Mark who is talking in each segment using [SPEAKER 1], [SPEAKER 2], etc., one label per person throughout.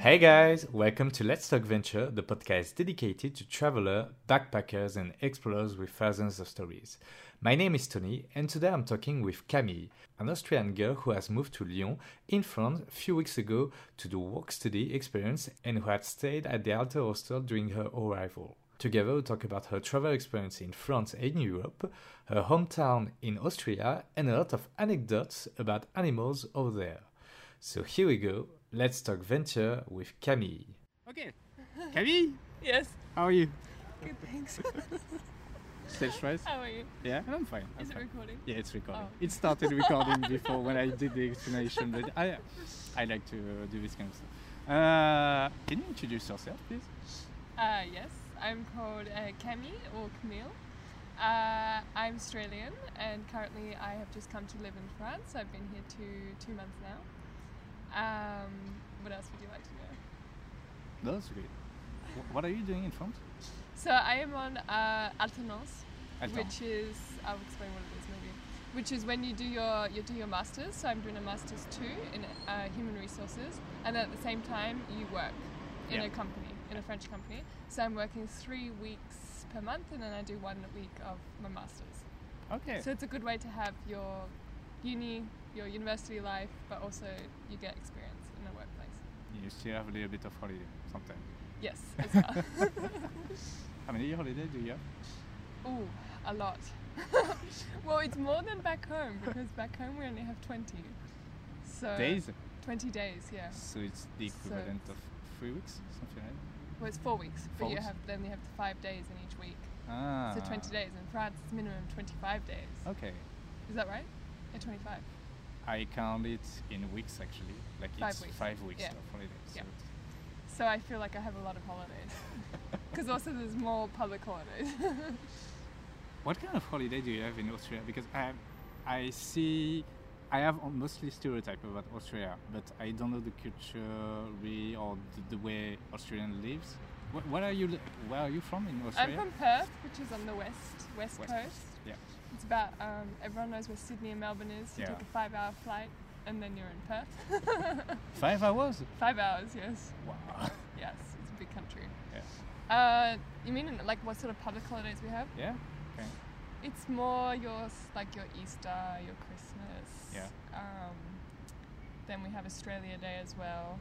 [SPEAKER 1] Hey guys, welcome to Let's Talk Venture, the podcast dedicated to travelers, backpackers, and explorers with thousands of stories. My name is Tony, and today I'm talking with Camille, an Austrian girl who has moved to Lyon in France a few weeks ago to do work study experience and who had stayed at the Alter Hostel during her arrival. Together, we talk about her travel experience in France and Europe, her hometown in Austria, and a lot of anecdotes about animals over there. So here we go. Let's talk venture with Camille.
[SPEAKER 2] Okay. Camille,
[SPEAKER 3] Yes.
[SPEAKER 2] how are you?
[SPEAKER 3] Good, thanks.
[SPEAKER 2] Still stressed?
[SPEAKER 3] How are you?
[SPEAKER 2] Yeah, I'm fine. I'm
[SPEAKER 3] Is it
[SPEAKER 2] fine.
[SPEAKER 3] recording?
[SPEAKER 2] Yeah, it's recording.
[SPEAKER 3] Oh.
[SPEAKER 2] It started recording before when I did the explanation, but I, I like to uh, do this kind of stuff. Uh, can you introduce yourself, please?
[SPEAKER 3] Uh, yes. I'm called uh, Cami or Camille. Uh, I'm Australian and currently I have just come to live in France. I've been here two, two months now. Um, what else would you like to know?
[SPEAKER 2] That's great. Wh- What are you doing in France?
[SPEAKER 3] So I am on uh, alternance,
[SPEAKER 2] Attends.
[SPEAKER 3] which is I'll explain what it is maybe. Which is when you do your you do your masters. So I'm doing a masters too in uh, human resources, and at the same time you work in
[SPEAKER 2] Yeah.
[SPEAKER 3] a company in a French company. So I'm working three weeks per month, and then I do one week of my masters.
[SPEAKER 2] Okay.
[SPEAKER 3] So it's a good way to have your uni, your university life, but also you get experience in a workplace.
[SPEAKER 2] you still have a little bit of holiday sometimes.
[SPEAKER 3] Yes, as well.
[SPEAKER 2] How many holiday do you have?
[SPEAKER 3] Ooh, a lot. well, it's more than back home because back home we only have 20. So
[SPEAKER 2] Days.
[SPEAKER 3] 20 days, yeah.
[SPEAKER 2] So it's the
[SPEAKER 3] uh, So
[SPEAKER 2] equivalent
[SPEAKER 3] it's-
[SPEAKER 2] of three weeks, something like that.
[SPEAKER 3] Well, it's four weeks,
[SPEAKER 2] Four
[SPEAKER 3] but you
[SPEAKER 2] weeks?
[SPEAKER 3] have then you have the five days in each week.
[SPEAKER 2] Ah. Oh.
[SPEAKER 3] So 20 days in France, it's minimum 25 days.
[SPEAKER 2] Okay.
[SPEAKER 3] Is that right? Yeah, 25.
[SPEAKER 2] I count it in weeks actually. Like
[SPEAKER 3] Five
[SPEAKER 2] it's
[SPEAKER 3] weeks.
[SPEAKER 2] five weeks
[SPEAKER 3] Yeah.
[SPEAKER 2] of holiday. So
[SPEAKER 3] Yeah.
[SPEAKER 2] it's-
[SPEAKER 3] So I feel like I have a lot of holidays because also there's more public holidays.
[SPEAKER 2] What kind of holiday do you have in Austria? Because I, I see, I have al- mostly stereotype about Austria, but I don't know the culture really or the, the way Australian lives. What, what are you? li- Where are you from in
[SPEAKER 3] I'm
[SPEAKER 2] Austria?
[SPEAKER 3] from Perth, which is on the west west,
[SPEAKER 2] West Coast.
[SPEAKER 3] coast.
[SPEAKER 2] Yeah.
[SPEAKER 3] It's about um, everyone knows where Sydney and Melbourne is. You
[SPEAKER 2] Yeah.
[SPEAKER 3] take a five-hour flight and then you're in Perth.
[SPEAKER 2] Five hours.
[SPEAKER 3] Five hours, yes.
[SPEAKER 2] Wow.
[SPEAKER 3] Yes, it's a big country.
[SPEAKER 2] Yeah.
[SPEAKER 3] Uh, you mean in, like what sort of public holidays we have?
[SPEAKER 2] Yeah. Okay.
[SPEAKER 3] It's more your s- like your Easter, your Christmas.
[SPEAKER 2] Yeah.
[SPEAKER 3] Um, then we have Australia Day as well,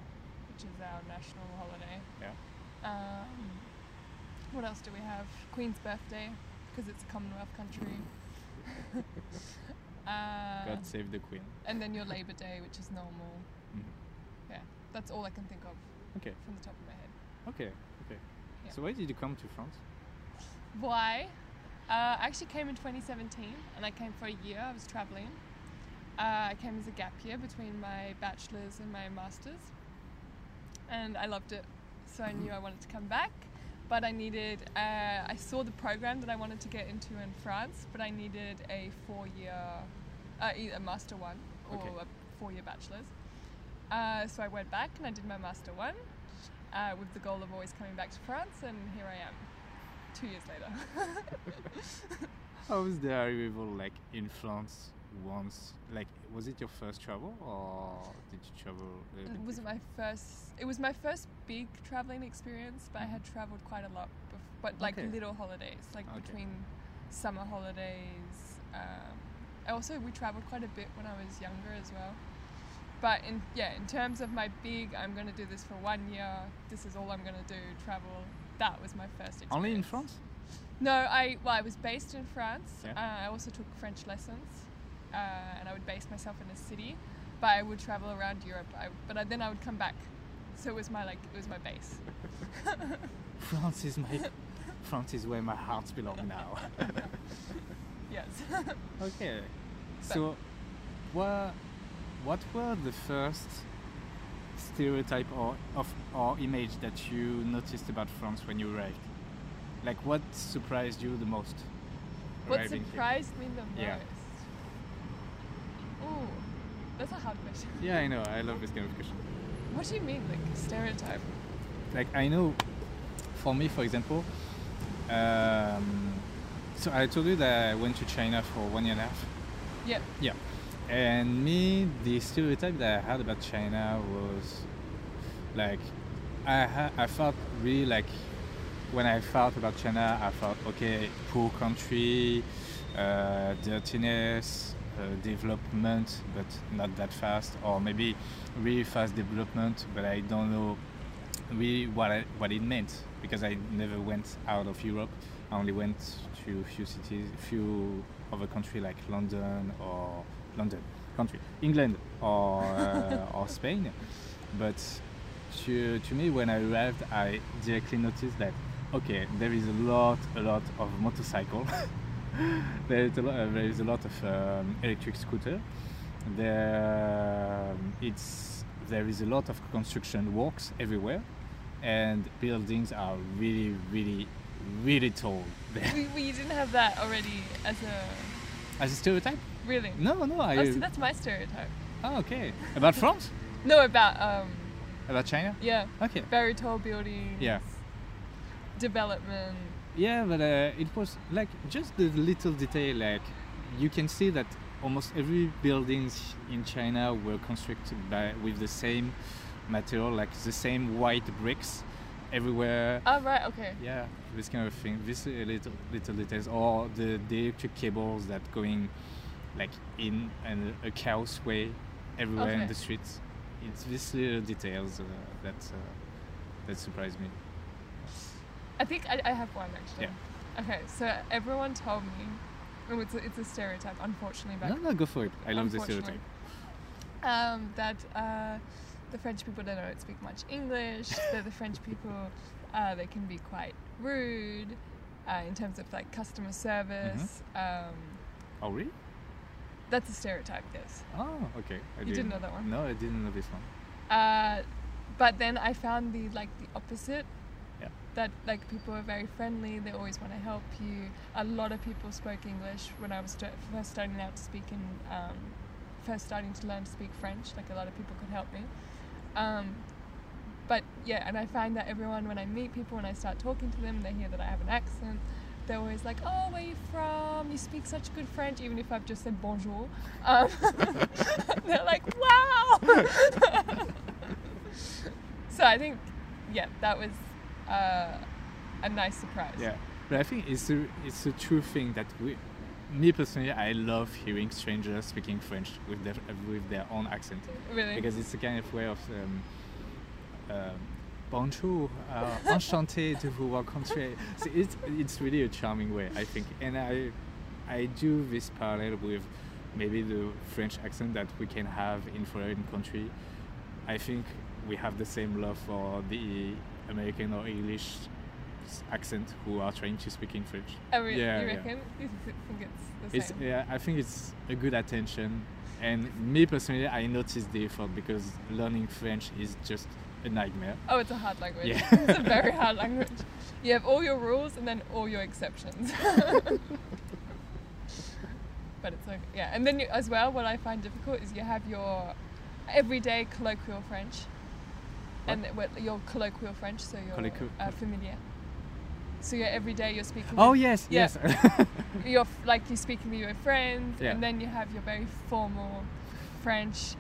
[SPEAKER 3] which is our national holiday.
[SPEAKER 2] Yeah.
[SPEAKER 3] Um, what else do we have? Queen's birthday, because it's a Commonwealth country. uh,
[SPEAKER 2] God save the Queen.
[SPEAKER 3] and then your Labor Day, which is normal.
[SPEAKER 2] Mhm.
[SPEAKER 3] Yeah, that's all I can think of
[SPEAKER 2] Okay.
[SPEAKER 3] from the top of my head.
[SPEAKER 2] Okay. Okay.
[SPEAKER 3] Yeah.
[SPEAKER 2] So why did you come to France?
[SPEAKER 3] Why? Uh, I actually came in 2017 and I came for a year. I was traveling. Uh, I came as a gap year between my bachelor's and my master's. And I loved it. So I knew I wanted to come back. But I needed, uh, I saw the program that I wanted to get into in France, but I needed a four year, uh, either a master one or
[SPEAKER 2] Okay.
[SPEAKER 3] a four year bachelor's. Uh, so I went back and I did my master one uh, with the goal of always coming back to France, and here I am two years later.
[SPEAKER 2] How was the arrival like in France? Once, like, was it your first travel or did you travel? a little
[SPEAKER 3] it
[SPEAKER 2] bit
[SPEAKER 3] was my first. It was my first big traveling experience, but I had traveled quite a lot, bef- but like
[SPEAKER 2] Okay.
[SPEAKER 3] little holidays, like
[SPEAKER 2] Okay.
[SPEAKER 3] between summer holidays. Um, I also, we traveled quite a bit when I was younger as well. But in yeah, in terms of my big, I'm going to do this for one year. This is all I'm going to do. Travel. That was my first experience.
[SPEAKER 2] Only in France?
[SPEAKER 3] No, I well, I was based in France.
[SPEAKER 2] Yeah.
[SPEAKER 3] Uh, I also took French lessons, uh, and I would base myself in a city, but I would travel around Europe. I, but I, then I would come back, so it was my like it was my base.
[SPEAKER 2] France is my France is where my hearts belong now.
[SPEAKER 3] Yes.
[SPEAKER 2] okay. So what what were the first stereotype or of or image that you noticed about France when you arrived? Like what surprised you the most?
[SPEAKER 3] what
[SPEAKER 2] arriving here?
[SPEAKER 3] surprised me the most?
[SPEAKER 2] Yeah.
[SPEAKER 3] Ooh, that's a hard question.
[SPEAKER 2] Yeah, I know. I love this kind of question.
[SPEAKER 3] What do you mean, like stereotype?
[SPEAKER 2] like I know for me for example um, so I told you that I went to China for one year and a half
[SPEAKER 3] Yeah.
[SPEAKER 2] yeah and me the stereotype that I had about China was like I, ha- I felt really like when I thought about China, I thought, okay, poor country, uh, dirtiness, uh, development, but not that fast, or maybe really fast development, but I don't know really what I, what it meant because I never went out of Europe. I only went to a few cities, few other country like London or London country, England or uh, or Spain. But to, to me, when I arrived, I directly noticed that okay, there is a lot, a lot of motorcycle. there is a lot, there is a lot of um, electric scooter. There, um, it's there is a lot of construction works everywhere, and buildings are really, really, really tall. there.
[SPEAKER 3] we, we didn't have that already as a
[SPEAKER 2] As a stereotype?
[SPEAKER 3] really.
[SPEAKER 2] No, no. I,
[SPEAKER 3] Oh, see, that's my stereotype.
[SPEAKER 2] oh, okay. About France?
[SPEAKER 3] No, about um,
[SPEAKER 2] About China?
[SPEAKER 3] yeah,
[SPEAKER 2] Okay.
[SPEAKER 3] very tall buildings.
[SPEAKER 2] Yeah.
[SPEAKER 3] Development.
[SPEAKER 2] Yeah, but uh, it was like just the little detail. Like you can see that almost every buildings in China were constructed by with the same material, like the same white bricks everywhere.
[SPEAKER 3] Oh right, okay.
[SPEAKER 2] Yeah, this kind of thing. This uh, little little details, or the, the electric cables that going like in an, a chaos way everywhere
[SPEAKER 3] Okay.
[SPEAKER 2] in the streets. It's these little details uh, that uh, that surprised me.
[SPEAKER 3] I think I, I have one actually. Okay, so everyone told me, oh, it's a, it's a stereotype, unfortunately, but
[SPEAKER 2] No, no, go for it. I love this
[SPEAKER 3] Unfortunately.
[SPEAKER 2] stereotype.
[SPEAKER 3] um, that uh, the French people they don't speak much English. that the French people uh, they can be quite rude uh, in terms of like customer
[SPEAKER 2] Mm-hmm.
[SPEAKER 3] service. Um,
[SPEAKER 2] Oh really?
[SPEAKER 3] that's a stereotype, yes.
[SPEAKER 2] Oh, okay. I
[SPEAKER 3] You didn't know that one?
[SPEAKER 2] No, I didn't know this one.
[SPEAKER 3] Uh, but then I found the like the opposite.
[SPEAKER 2] Yeah.
[SPEAKER 3] That like people are very friendly. They always want to help you. A lot of people spoke English when I was st- first starting out to speak in, um, first starting to learn to speak French. Like a lot of people could help me. Um, but yeah, and I find that everyone when I meet people and I start talking to them, they hear that I have an accent. They're always like, "Oh, where you from? You speak such good French." Even if I've just said bonjour, um, they're like, "Wow." so I think, yeah, that was uh, a nice surprise.
[SPEAKER 2] Yeah, but I think it's a, it's a true thing that we, me personally, I love hearing strangers speaking French with their with their own accent
[SPEAKER 3] Really.
[SPEAKER 2] because it's a kind of way of um, um, bonjour, uh, enchanté to vous rencontrer. So it's it's really a charming way, I think, and I I do this parallel with maybe the French accent that we can have in foreign country. I think we have the same love for the American or English s- accent who are trying to speak in French.
[SPEAKER 3] I re-
[SPEAKER 2] yeah,
[SPEAKER 3] Oh, you
[SPEAKER 2] yeah.
[SPEAKER 3] reckon? You th- think it's the
[SPEAKER 2] It's
[SPEAKER 3] same?
[SPEAKER 2] yeah, I think it's a good attention, and me personally, I noticed the effort because learning French is just a nightmare.
[SPEAKER 3] Oh, it's a hard language.
[SPEAKER 2] Yeah.
[SPEAKER 3] it's a very hard language. You have all your rules and then all your exceptions. but it's like, yeah. And then you, as well, what I find difficult is you have your everyday colloquial French. And what, your colloquial French, so your
[SPEAKER 2] Colloquial-
[SPEAKER 3] uh, familiar. So your everyday you're speaking.
[SPEAKER 2] Oh
[SPEAKER 3] with-
[SPEAKER 2] yes,
[SPEAKER 3] Yeah.
[SPEAKER 2] yes.
[SPEAKER 3] You're f- like you're speaking with your friends,
[SPEAKER 2] Yeah.
[SPEAKER 3] and then you have your very formal French,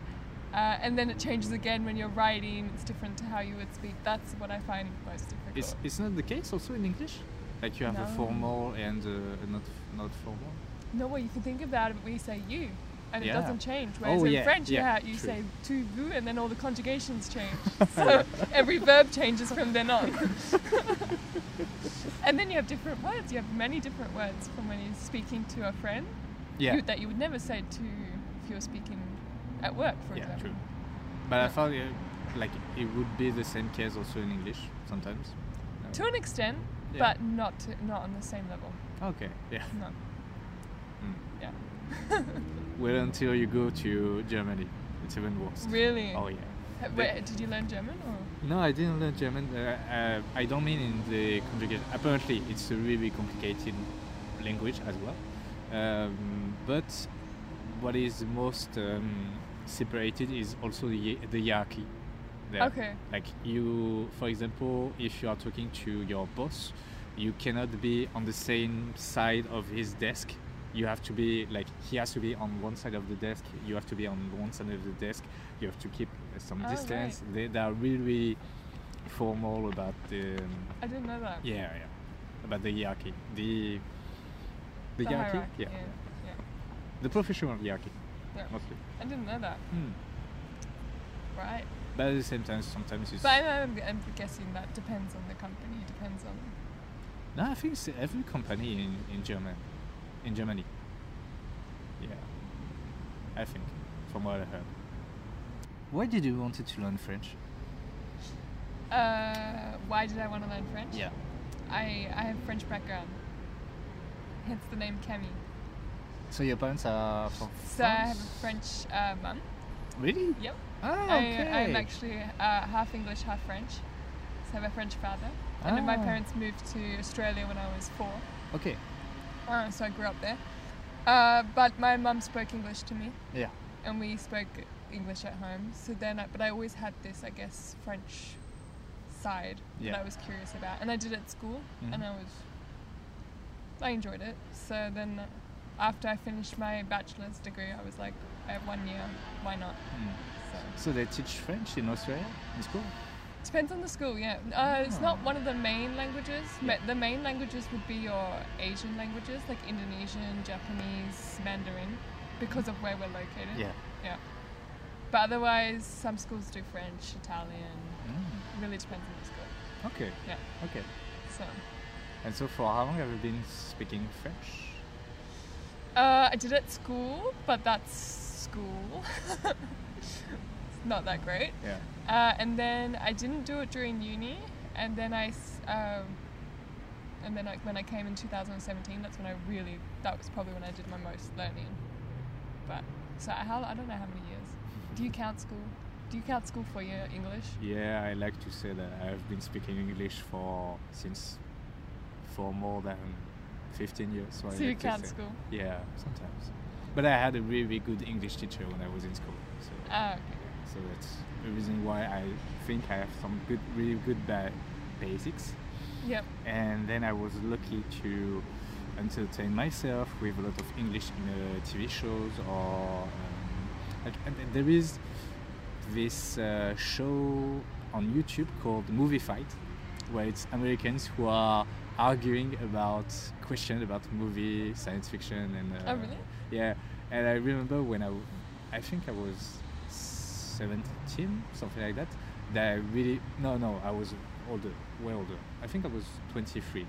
[SPEAKER 3] uh, and then it changes again when you're writing. It's different to how you would speak. That's what I find most difficult.
[SPEAKER 2] it's it's not the case also in English. Like you have a
[SPEAKER 3] No.
[SPEAKER 2] formal and uh, not not formal.
[SPEAKER 3] no, well, you can think about it. We say you, and
[SPEAKER 2] Yeah.
[SPEAKER 3] it doesn't change. Whereas
[SPEAKER 2] Oh,
[SPEAKER 3] in
[SPEAKER 2] yeah,
[SPEAKER 3] French,
[SPEAKER 2] yeah,
[SPEAKER 3] you, ha- you
[SPEAKER 2] true.
[SPEAKER 3] say tu vous, and then all the conjugations change. so every verb changes from then on. and then you have different words. You have many different words from when you're speaking to a friend
[SPEAKER 2] Yeah.
[SPEAKER 3] you, that you would never say to if you were speaking at work, for
[SPEAKER 2] yeah,
[SPEAKER 3] example.
[SPEAKER 2] true. But I thought uh, like it would be the same case also in English sometimes. No?
[SPEAKER 3] To an extent,
[SPEAKER 2] Yeah.
[SPEAKER 3] but not to, not on the same level.
[SPEAKER 2] Okay. Yeah.
[SPEAKER 3] No.
[SPEAKER 2] Mm.
[SPEAKER 3] Yeah.
[SPEAKER 2] Wait until you go to Germany. It's even worse.
[SPEAKER 3] Really?
[SPEAKER 2] Oh yeah.
[SPEAKER 3] Ha- Where, did you learn German or?
[SPEAKER 2] No, I didn't learn German. Uh, uh, I don't mean in the conjugation. Apparently, it's a really complicated language as well. Um, but what is most um, separated is also the hi- the hierarchy. there.
[SPEAKER 3] Okay.
[SPEAKER 2] Like you, for example, if you are talking to your boss, you cannot be on the same side of his desk. You have to be like he has to be on one side of the desk. You have to be on one side of the desk. You have to keep uh, some
[SPEAKER 3] Oh,
[SPEAKER 2] distance. They, they are really, really formal about the
[SPEAKER 3] I didn't know that.
[SPEAKER 2] yeah yeah about the hierarchy the the,
[SPEAKER 3] The
[SPEAKER 2] hierarchy
[SPEAKER 3] hierarchy,
[SPEAKER 2] yeah.
[SPEAKER 3] yeah,
[SPEAKER 2] the professional hierarchy
[SPEAKER 3] yeah. yeah.
[SPEAKER 2] mostly
[SPEAKER 3] I didn't know that. Right.
[SPEAKER 2] but at the same time sometimes it's
[SPEAKER 3] But I'm, I'm guessing that depends on the company, depends on.
[SPEAKER 2] no I think it's every company in in German in Germany yeah I think from what I heard why did you wanted to learn French
[SPEAKER 3] Uh, why did I want to learn French? I, I have French background. Hence the name Camille.
[SPEAKER 2] so your parents are from
[SPEAKER 3] So I have a French uh, mum.
[SPEAKER 2] really
[SPEAKER 3] Yep.
[SPEAKER 2] ah
[SPEAKER 3] I, I'm actually uh, half English, half French. So I have a French father. And then my
[SPEAKER 2] Ah.
[SPEAKER 3] parents moved to Australia when I was four.
[SPEAKER 2] okay
[SPEAKER 3] Uh, so I grew up there. Uh, but my mum spoke English to me,
[SPEAKER 2] yeah
[SPEAKER 3] and we spoke English at home. So then, I, but I always had this, I guess, French side
[SPEAKER 2] Yeah.
[SPEAKER 3] that I was curious about, and I did it at school, and
[SPEAKER 2] Mhm.
[SPEAKER 3] I was, I enjoyed it. So then, after I finished my bachelor's degree, I was like, I have one year, why not?
[SPEAKER 2] Mm.
[SPEAKER 3] So
[SPEAKER 2] So they teach French in Australia in school.
[SPEAKER 3] depends on the school, yeah. Uh, It's not one of the main languages.
[SPEAKER 2] Ah. Yeah.
[SPEAKER 3] Ma- The main languages would be your Asian languages, like Indonesian, Japanese, Mandarin, because of where we're located. Yeah. But otherwise, some schools do French, Italian.
[SPEAKER 2] Mm.
[SPEAKER 3] Really depends on the school.
[SPEAKER 2] Okay.
[SPEAKER 3] Yeah.
[SPEAKER 2] Okay.
[SPEAKER 3] So,
[SPEAKER 2] And so for how long have you been speaking French?
[SPEAKER 3] uh, I did it at school, but that's school. it's not that great.
[SPEAKER 2] Yeah.
[SPEAKER 3] Uh, and then I didn't do it during uni, and then I, s- um, and then like when I came in 2017, that's when I really, that was probably when I did my most learning. But so I, how, I don't know how many years. Do you count school? Do you count school for your English?
[SPEAKER 2] Yeah, I like to say that I've been speaking English for since for more than fifteen years. So, I
[SPEAKER 3] so you
[SPEAKER 2] like to
[SPEAKER 3] count
[SPEAKER 2] say-
[SPEAKER 3] school.
[SPEAKER 2] Yeah, sometimes. But I had a really good English teacher when I was in school. So,
[SPEAKER 3] Ah, okay.
[SPEAKER 2] so that's the reason why I think I have some good, really good ba- basics.
[SPEAKER 3] Yep.
[SPEAKER 2] and then I was lucky to entertain myself with a lot of English in uh, TV shows or um, like, and, and there is this uh, show on YouTube called Movie Fight, where it's Americans who are arguing about questions about movie, science fiction, and uh,
[SPEAKER 3] Oh, really?
[SPEAKER 2] yeah. And I remember when I, w- I think I was seventeen, something like that. That I really no no I was older, way older. I think I was twenty three.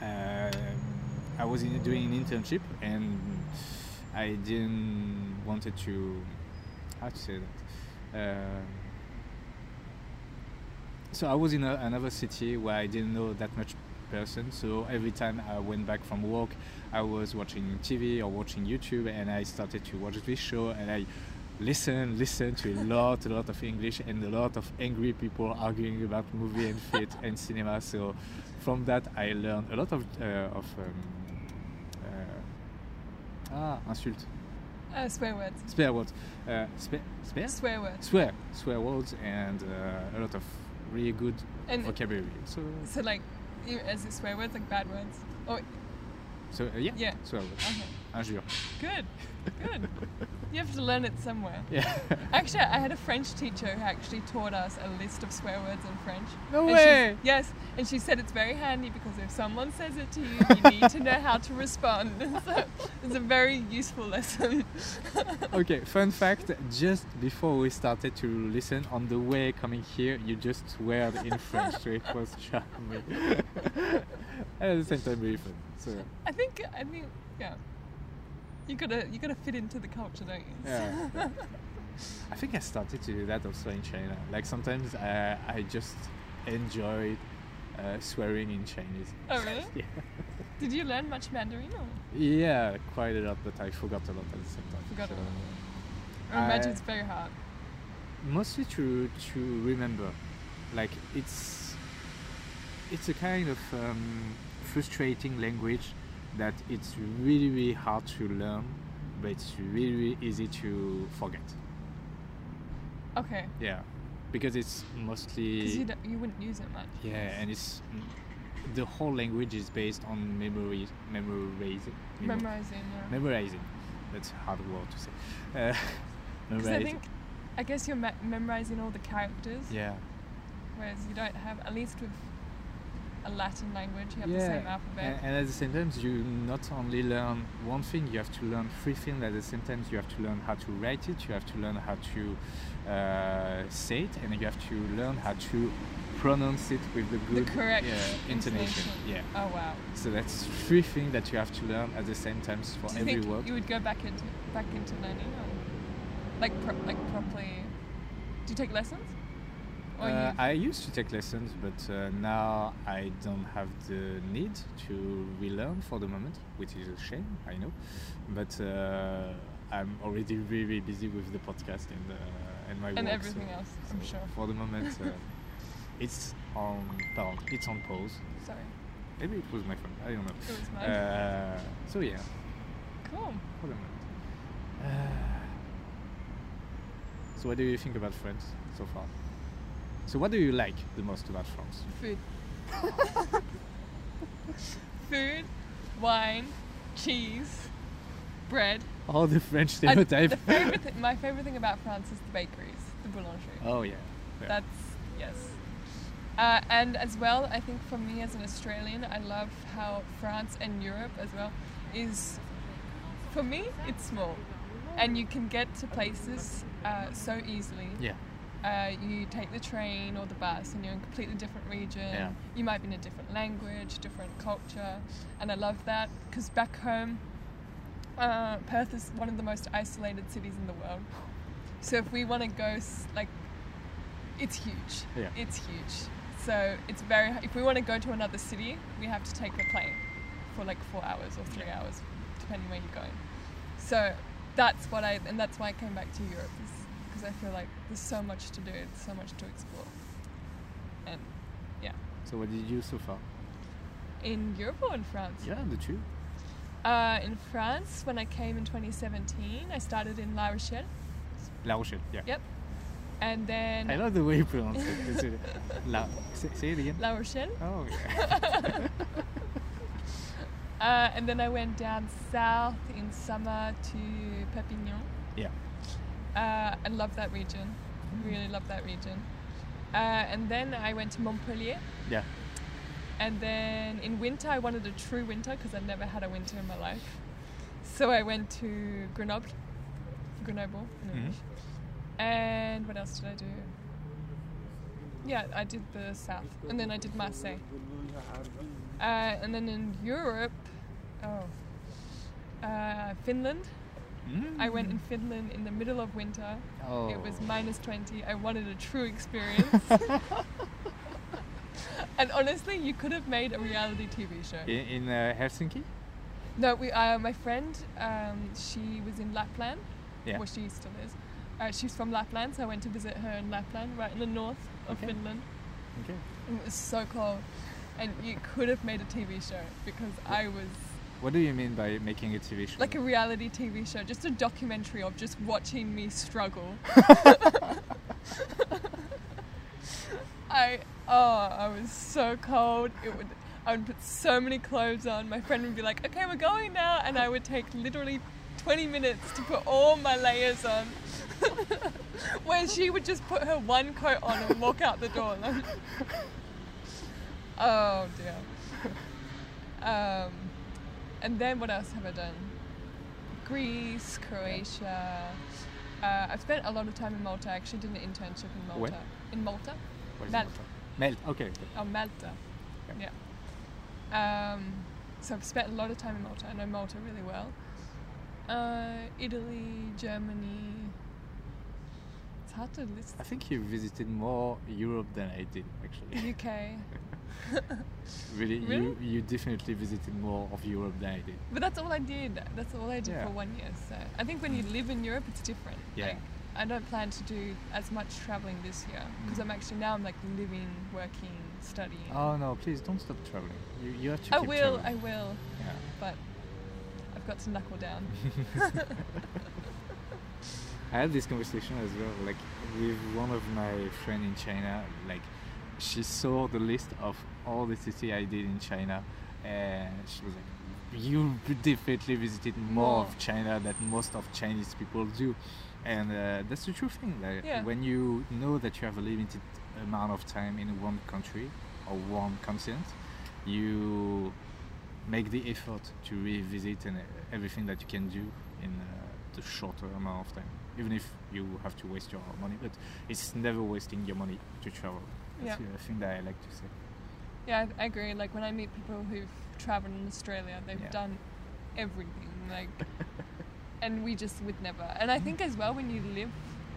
[SPEAKER 2] Um, I was in, doing an internship and I didn't wanted to how to say that. Um so I was in a, another city where I didn't know that much person. So every time I went back from work, I was watching TV or watching YouTube, and I started to watch this show, and I listened, listened to a lot, a lot of English, and a lot of angry people arguing about movie and fit and cinema. So from that, I learned a lot of uh, of um, uh, ah insultes,
[SPEAKER 3] Uh, swear words.
[SPEAKER 2] swear words, uh, spe- swear
[SPEAKER 3] Swear words.
[SPEAKER 2] swear swear words, and uh, a lot of really good
[SPEAKER 3] And-
[SPEAKER 2] vocabulary. So
[SPEAKER 3] So like, you, is it swear words like bad words? Oh,
[SPEAKER 2] so uh, yeah,
[SPEAKER 3] Yeah.
[SPEAKER 2] swear words.
[SPEAKER 3] okay.
[SPEAKER 2] Injure.
[SPEAKER 3] Good. Good. you have to learn it somewhere.
[SPEAKER 2] Yeah.
[SPEAKER 3] Actually, I had a French teacher who actually taught us a list of swear words in French.
[SPEAKER 2] No
[SPEAKER 3] And she's-
[SPEAKER 2] way.
[SPEAKER 3] Yes, and she said it's very handy because if someone says it to you, you need to know how to respond. so it's a very useful lesson.
[SPEAKER 2] okay, fun fact just before we started to listen, on the way coming here, you just swear in French, so it was charming. At the same time, really fun. So,
[SPEAKER 3] I think. I think. Yeah. You gotta. You gotta fit into the culture, don't you?
[SPEAKER 2] yeah. I think I started to do that also in China. Like, sometimes uh, I just enjoyed uh, swearing in Chinese.
[SPEAKER 3] Oh really?
[SPEAKER 2] Yeah.
[SPEAKER 3] Did you learn much Mandarin or?
[SPEAKER 2] yeah, quite a lot, but I forgot a lot at the same time.
[SPEAKER 3] Forgot a
[SPEAKER 2] so-
[SPEAKER 3] lot. I imagine
[SPEAKER 2] I-
[SPEAKER 3] it's very hard.
[SPEAKER 2] mostly to to remember like it's it's a kind of um, frustrating language that it's really really hard to learn but it's really, really easy to forget
[SPEAKER 3] Okay.
[SPEAKER 2] yeah because it's mostly
[SPEAKER 3] Because you, don't- you wouldn't use it much.
[SPEAKER 2] yeah and it's the whole language is based on memory memorizing memo-
[SPEAKER 3] Memorizing. Yeah.
[SPEAKER 2] memorizing that's a hard word to say uh,
[SPEAKER 3] Because I
[SPEAKER 2] memorizing.
[SPEAKER 3] think, I guess you're me- memorizing all the characters,
[SPEAKER 2] yeah
[SPEAKER 3] whereas you don't have, at least with a Latin language, you have the same alphabet.
[SPEAKER 2] And, and at the same time, you not only learn one thing, you have to learn three things. At the same time, you have to learn how to write it, you have to learn how to uh, say it, and you have to learn how to pronounce it with the
[SPEAKER 3] the
[SPEAKER 2] good
[SPEAKER 3] correct
[SPEAKER 2] yeah, intonation. Yeah.
[SPEAKER 3] Oh wow.
[SPEAKER 2] So that's three things that you have to learn at the same time for
[SPEAKER 3] Do you
[SPEAKER 2] every
[SPEAKER 3] think
[SPEAKER 2] word.
[SPEAKER 3] you would go back into back into learning, or like pro- like properly? Do you take lessons? Or
[SPEAKER 2] Uh,
[SPEAKER 3] you,
[SPEAKER 2] I used to take lessons, but uh, now I don't have the need to relearn for the moment, which is a shame, I know. But uh, I'm already really busy with the podcast and uh, and my
[SPEAKER 3] and
[SPEAKER 2] work.
[SPEAKER 3] everything
[SPEAKER 2] so,
[SPEAKER 3] else,
[SPEAKER 2] so
[SPEAKER 3] I'm sure.
[SPEAKER 2] For the moment, uh, it's on pause. It's on pause.
[SPEAKER 3] Sorry,
[SPEAKER 2] Maybe it was my phone. I don't know.
[SPEAKER 3] it was mine.
[SPEAKER 2] Uh, so yeah,
[SPEAKER 3] cool.
[SPEAKER 2] for the moment. Uh, so what do you think about France so far? So what do you like the most about France?
[SPEAKER 3] Food. Food, wine, cheese, bread.
[SPEAKER 2] All the French
[SPEAKER 3] And
[SPEAKER 2] stereotype.
[SPEAKER 3] the favorite thi- my favorite thing about France is the bakeries, the boulangerie.
[SPEAKER 2] oh yeah. yeah.
[SPEAKER 3] That's yes. Uh, and as well, I think for me as an Australian, I love how France and Europe as well is. For me, it's small, and you can get to places uh, so easily.
[SPEAKER 2] yeah.
[SPEAKER 3] Uh, you take the train or the bus, and you're in a completely different region.
[SPEAKER 2] Yeah.
[SPEAKER 3] You might be in a different language, different culture, and I love that because back home, uh, Perth is one of the most isolated cities in the world. So if we want to go, s- like, it's huge.
[SPEAKER 2] Yeah.
[SPEAKER 3] It's huge. So it's very. If we want to go to another city, we have to take the plane for like four hours or three
[SPEAKER 2] Yeah.
[SPEAKER 3] hours, depending where you're going. So that's what I, and that's why I came back to Europe, is because I feel like there's so much to do, there's so much to explore. And
[SPEAKER 2] So what did you do so far?
[SPEAKER 3] in Europe or in France?
[SPEAKER 2] Yeah, the two.
[SPEAKER 3] Uh, in France, when I came in 2017, I started in La Rochelle,
[SPEAKER 2] La Rochelle. Yeah.
[SPEAKER 3] Yep. and then
[SPEAKER 2] I love the way you pronounce it. It's really- La. Say, say it again.
[SPEAKER 3] La Rochelle,
[SPEAKER 2] Oh yeah.
[SPEAKER 3] uh, and then I went down south in summer to Perpignan.
[SPEAKER 2] Yeah. Mm-hmm.
[SPEAKER 3] Uh, I love that region, really love that region. Uh, and then I went to Montpellier.
[SPEAKER 2] Yeah.
[SPEAKER 3] And then in winter, I wanted a true winter because I never had a winter in my life. So I went to Grenoble, Grenoble, in
[SPEAKER 2] Mhm.
[SPEAKER 3] English. And what else did I do? Yeah, I did the south, and then I did Marseille. Uh, and then in Europe, oh, uh, Finland. I went in Finland in the middle of winter.
[SPEAKER 2] Oh.
[SPEAKER 3] It was minus 20. I wanted a true experience. and honestly, you could have made a reality TV show.
[SPEAKER 2] In, in uh, Helsinki.
[SPEAKER 3] No, we, uh, my friend, um, she was in Lapland.
[SPEAKER 2] Yeah.
[SPEAKER 3] Well, she still is. Uh, she's from Lapland, so I went to visit her in Lapland, right in the north of
[SPEAKER 2] Okay.
[SPEAKER 3] Finland.
[SPEAKER 2] Okay.
[SPEAKER 3] And it was so cold. And you could have made a TV show because I was
[SPEAKER 2] What do you mean by making a TV show?
[SPEAKER 3] like a reality TV show, just a documentary of just watching me struggle. I oh, I was so cold. It would I would put so many clothes on. My friend would be like, "Okay, we're going now," and I would take literally 20 minutes to put all my layers on. Where she would just put her one coat on and walk out the door. And I'm- oh dear. Um, and then what else have I done? Greece, Croatia. Uh, I've spent a lot of time in Malta. I actually did an internship in Malta.
[SPEAKER 2] Where?
[SPEAKER 3] In Malta?
[SPEAKER 2] What is
[SPEAKER 3] Melt.
[SPEAKER 2] it? Melt. Okay. okay.
[SPEAKER 3] Oh, Malta.
[SPEAKER 2] Yeah.
[SPEAKER 3] Yeah. Um, so I've spent a lot of time in Malta. I know Malta really well. Uh, Italy, Germany. It's hard to list.
[SPEAKER 2] I think you visited more Europe than I did actually.
[SPEAKER 3] UK.
[SPEAKER 2] really, You,
[SPEAKER 3] Really?
[SPEAKER 2] you definitely visited more of Europe than I did.
[SPEAKER 3] But that's all I did. That's all I did
[SPEAKER 2] Yeah. Mm.
[SPEAKER 3] for one year. So I think when you live in Europe, it's different.
[SPEAKER 2] Yeah.
[SPEAKER 3] Like, I don't plan to do as much traveling this year because
[SPEAKER 2] Mm.
[SPEAKER 3] I'm actually now I'm like living, working, studying.
[SPEAKER 2] Oh no! Please don't stop traveling. You, you have to.
[SPEAKER 3] I
[SPEAKER 2] keep
[SPEAKER 3] will, I
[SPEAKER 2] traveling.
[SPEAKER 3] will,
[SPEAKER 2] Yeah.
[SPEAKER 3] but I've got to knuckle down.
[SPEAKER 2] I had this conversation as well, like with one of my friend in China. Like, she saw the list of all the city I did in China, and she was like, "You definitely visited more
[SPEAKER 3] More.
[SPEAKER 2] of China than most of Chinese people do." and uh, that's the true thing. Like
[SPEAKER 3] Yeah.
[SPEAKER 2] when you know that you have a limited amount of time in one country or one continent, you make the effort to revisit and uh, everything that you can do in uh, the shorter amount of time. Even if you have to waste your money, but it's never wasting your money to travel. That's the thing that I like to say.
[SPEAKER 3] Yeah, I, I agree. Like when I meet people who've traveled in Australia, they've
[SPEAKER 2] Yeah.
[SPEAKER 3] done everything. Like, and we just would never. And I think as well, when you live,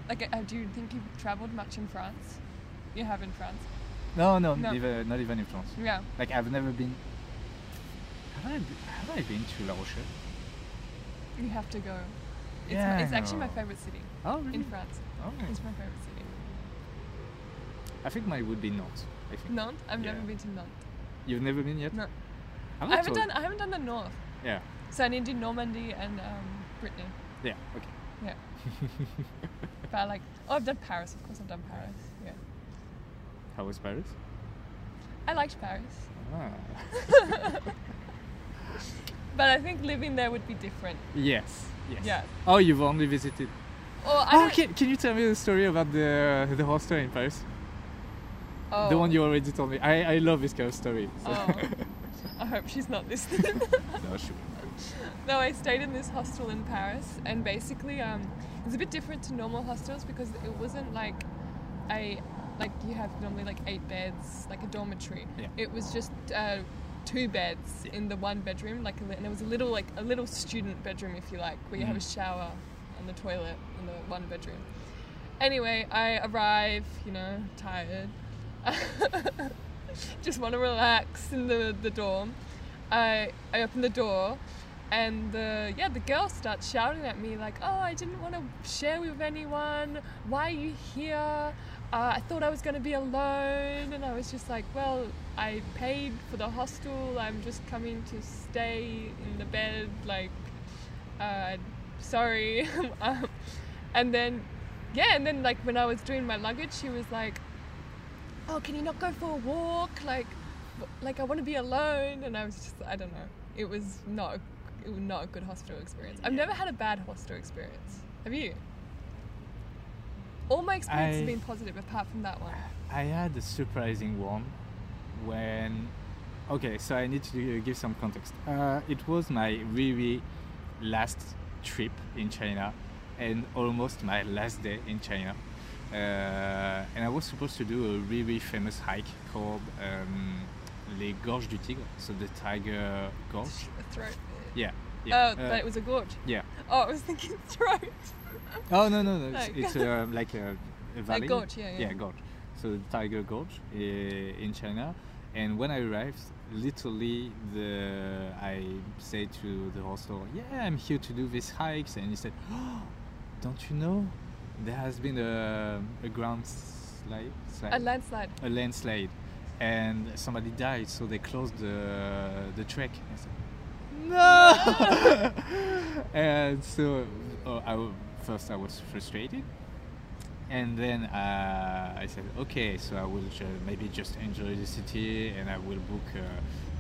[SPEAKER 3] like, uh, do you think you've traveled much in France? You have in France.
[SPEAKER 2] No, no,
[SPEAKER 3] No.
[SPEAKER 2] Never, not even in France.
[SPEAKER 3] Yeah.
[SPEAKER 2] Like I've never been. Have I, be- have I been to La Rochelle?
[SPEAKER 3] You have to go. It's,
[SPEAKER 2] Yeah,
[SPEAKER 3] my,
[SPEAKER 2] I
[SPEAKER 3] it's actually my
[SPEAKER 2] know.
[SPEAKER 3] favorite city
[SPEAKER 2] Oh, really?
[SPEAKER 3] in France.
[SPEAKER 2] Oh.
[SPEAKER 3] It's my favorite city.
[SPEAKER 2] I think mine would be Nantes. I think.
[SPEAKER 3] Nantes. I've never
[SPEAKER 2] Yeah.
[SPEAKER 3] been to Nantes.
[SPEAKER 2] You've never been yet?
[SPEAKER 3] No,
[SPEAKER 2] I'm
[SPEAKER 3] I
[SPEAKER 2] not
[SPEAKER 3] haven't
[SPEAKER 2] sure.
[SPEAKER 3] done. I haven't done the north.
[SPEAKER 2] Yeah.
[SPEAKER 3] So I need to do Normandy and um, Brittany.
[SPEAKER 2] Yeah. Okay.
[SPEAKER 3] Yeah. but I like, oh, I've done Paris. Of course, I've done Paris. Yeah.
[SPEAKER 2] How was Paris?
[SPEAKER 3] I liked Paris,
[SPEAKER 2] Ah.
[SPEAKER 3] but I think living there would be different.
[SPEAKER 2] yes. Yes.
[SPEAKER 3] Yeah.
[SPEAKER 2] Oh, you've only visited.
[SPEAKER 3] Or I
[SPEAKER 2] oh,
[SPEAKER 3] don't-
[SPEAKER 2] can, can you tell me the story about the the hostel in Paris?
[SPEAKER 3] oh,
[SPEAKER 2] The one you already told me. I, I love this kind of story. so-
[SPEAKER 3] Oh. I hope she's not listening.
[SPEAKER 2] no, sure.
[SPEAKER 3] no, I stayed in this hostel in Paris, and basically, um, it's a bit different to normal hostels because it wasn't like I like you have normally like eight beds, like a dormitory.
[SPEAKER 2] Yeah.
[SPEAKER 3] It was just uh, two beds in the one bedroom, like a li- and it was a little like a little student bedroom, if you like, where you have a
[SPEAKER 2] Mhm.
[SPEAKER 3] shower and the toilet in the one bedroom. Anyway, I arrive, you know, tired. Just want to relax in the, the dorm. I, I open the door and the, yeah, the girl starts shouting at me like, oh, I didn't want to share with anyone. Why are you here? Uh, I thought I was going to be alone. And I was just like, well, I paid for the hostel. I'm just coming to stay in the bed. Like, uh, sorry. um, and then, yeah, and then like when I was doing my luggage, she was like, oh, can you not go for a walk? Like, w- like I want to be alone. And I was just, I don't know. It was not, a- it was not a good hostel experience. I've never had a bad hostel experience. Have you? All my experiences have
[SPEAKER 2] I-
[SPEAKER 3] been positive apart from that one.
[SPEAKER 2] I had a surprising one when. Okay, so I need to give some context. Uh, it was my really last trip in China and almost my last day in China. Uh, and I was supposed to do a really famous hike called um, Les Gorges du Tigre, so the Tiger Gorge.
[SPEAKER 3] Throat.
[SPEAKER 2] Yeah. yeah. Uh,
[SPEAKER 3] Oh, but it was a gorge.
[SPEAKER 2] yeah.
[SPEAKER 3] Oh, I was thinking throat.
[SPEAKER 2] Oh no no no!
[SPEAKER 3] Like-
[SPEAKER 2] It's, it's uh, like a, a valley.
[SPEAKER 3] gorge, yeah, yeah.
[SPEAKER 2] Yeah, gorge. So Tiger Gorge uh, in China, and when I arrived, literally the I said to the hostel, "Yeah, I'm here to do these hikes," and he said, oh, "Don't you know there has been a, a ground slide, slide
[SPEAKER 3] A landslide.
[SPEAKER 2] a landslide, and somebody died, so they closed the the trek." I said, no! and so oh, I, w- first I was frustrated, and then uh, I said, okay, so I will ju- maybe just enjoy the city, and I will book uh,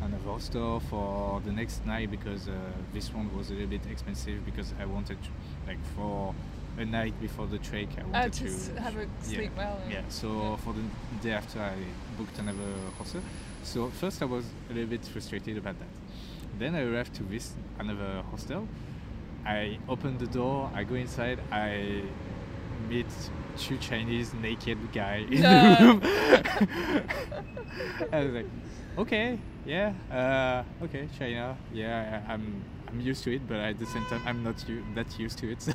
[SPEAKER 2] another hostel for the next night because uh, this one was a little bit expensive because I wanted to, like for a night before the trek, I wanted
[SPEAKER 3] Oh, to
[SPEAKER 2] to
[SPEAKER 3] s- have a sleep
[SPEAKER 2] yeah,
[SPEAKER 3] well and-
[SPEAKER 2] Yeah, so for the day after, I booked another hostel. So first, I was a little bit frustrated about that. Then I arrived to this another hostel. I open the door. I go inside. I meet two Chinese naked guy in
[SPEAKER 3] No.
[SPEAKER 2] the room. I was like, okay, yeah, uh, okay, China, yeah, I- I'm I'm used to it, but at the same time, I'm not u- that used to it. So,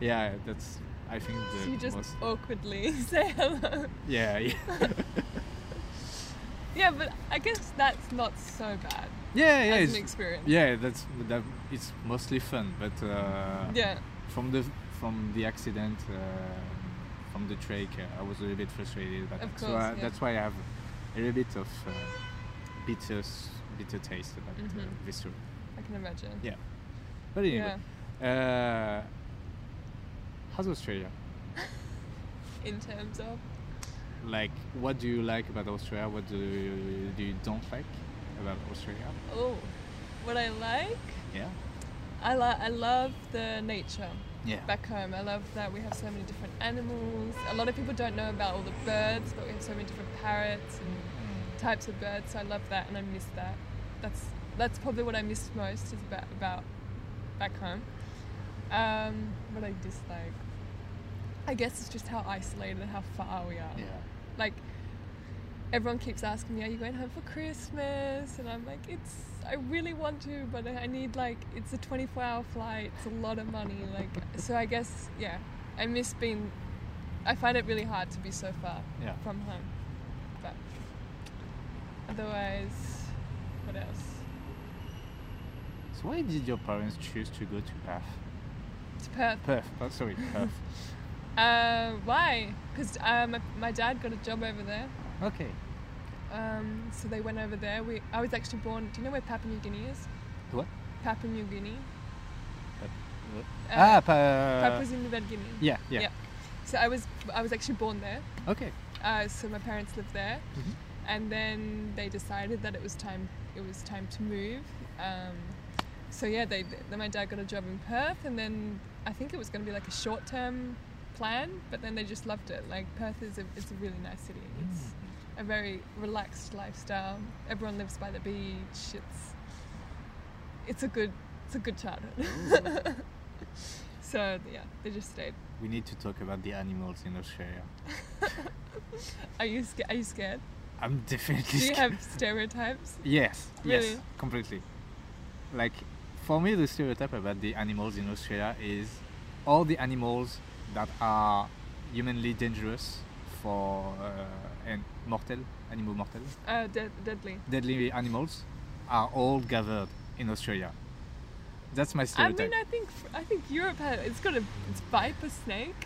[SPEAKER 2] yeah, that's I think
[SPEAKER 3] So
[SPEAKER 2] the
[SPEAKER 3] you just
[SPEAKER 2] most.
[SPEAKER 3] awkwardly say hello.
[SPEAKER 2] Yeah, yeah,
[SPEAKER 3] Yeah, but I guess that's not so bad
[SPEAKER 2] yeah, yeah.
[SPEAKER 3] as
[SPEAKER 2] it's-
[SPEAKER 3] an experience.
[SPEAKER 2] yeah, that's that. It's mostly fun, but uh,
[SPEAKER 3] Yeah.
[SPEAKER 2] from the from the accident uh, from the trek uh, I was a little bit frustrated about
[SPEAKER 3] Of
[SPEAKER 2] that. so
[SPEAKER 3] course,
[SPEAKER 2] uh,
[SPEAKER 3] yeah.
[SPEAKER 2] that's why I have a little bit of uh, bitter s- bitter taste about uh,
[SPEAKER 3] Mhm.
[SPEAKER 2] this story
[SPEAKER 3] I can imagine.
[SPEAKER 2] yeah but anyway uh, how's Australia
[SPEAKER 3] In terms of,
[SPEAKER 2] like what do you like about Australia what do you, do you don't like about Australia
[SPEAKER 3] oh, what I like,
[SPEAKER 2] yeah
[SPEAKER 3] I, li- I love the nature.
[SPEAKER 2] Yeah.
[SPEAKER 3] back home. I love that we have so many different animals. A lot of people don't know about all the birds, but we have so many different parrots and types of birds. So I love that, and I miss that. That's that's probably what I miss most is about about back home. Um, what I dislike, I guess, it's just how isolated and how far we are.
[SPEAKER 2] Yeah.
[SPEAKER 3] Like everyone keeps asking me, "Are you going home for Christmas?" And I'm like, "It's I really want to, but I need like it's a 24-hour flight. It's a lot of money. Like so, I guess yeah, I miss being. I find it really hard to be so far
[SPEAKER 2] Yeah.
[SPEAKER 3] from home, but otherwise, what else?
[SPEAKER 2] So why did your parents choose to go to Perth?
[SPEAKER 3] It's Perth.
[SPEAKER 2] Perth. Oh, sorry, Perth.
[SPEAKER 3] Uh, why? Because uh, my, my dad got a job over there,
[SPEAKER 2] okay.
[SPEAKER 3] um, so they went over there. We I was actually born. Do you know where Papua New Guinea is?
[SPEAKER 2] What?
[SPEAKER 3] Papua New Guinea.
[SPEAKER 2] What?
[SPEAKER 3] Uh,
[SPEAKER 2] ah, pa-
[SPEAKER 3] Papua's in New Guinea.
[SPEAKER 2] yeah, yeah,
[SPEAKER 3] yeah. So I was I was actually born there.
[SPEAKER 2] Okay.
[SPEAKER 3] Uh, so my parents lived there,
[SPEAKER 2] Mhm.
[SPEAKER 3] and then they decided that it was time it was time to move. Um, so yeah, they then my dad got a job in Perth, and then I think it was going to be like a short term plan, but then they just loved it. Like Perth is a it's a really nice city.
[SPEAKER 2] Mm.
[SPEAKER 3] It's a very relaxed lifestyle. Everyone lives by the beach. It's it's a good it's a good childhood.
[SPEAKER 2] Mm.
[SPEAKER 3] so yeah, they just stayed.
[SPEAKER 2] We need to talk about the animals in Australia.
[SPEAKER 3] Are you sca- are you scared?
[SPEAKER 2] I'm definitely.
[SPEAKER 3] Do you
[SPEAKER 2] scared.
[SPEAKER 3] have stereotypes?
[SPEAKER 2] Yes. Yes.
[SPEAKER 3] Really?
[SPEAKER 2] Completely. Like, for me, the stereotype about the animals in Australia is all the animals that are humanly dangerous for uh, and mortal animal mortal
[SPEAKER 3] Uh, dead, deadly.
[SPEAKER 2] deadly animals are all gathered in Australia. That's my stereotype.
[SPEAKER 3] I mean, I think I think Europe has it's got a it's viper snake.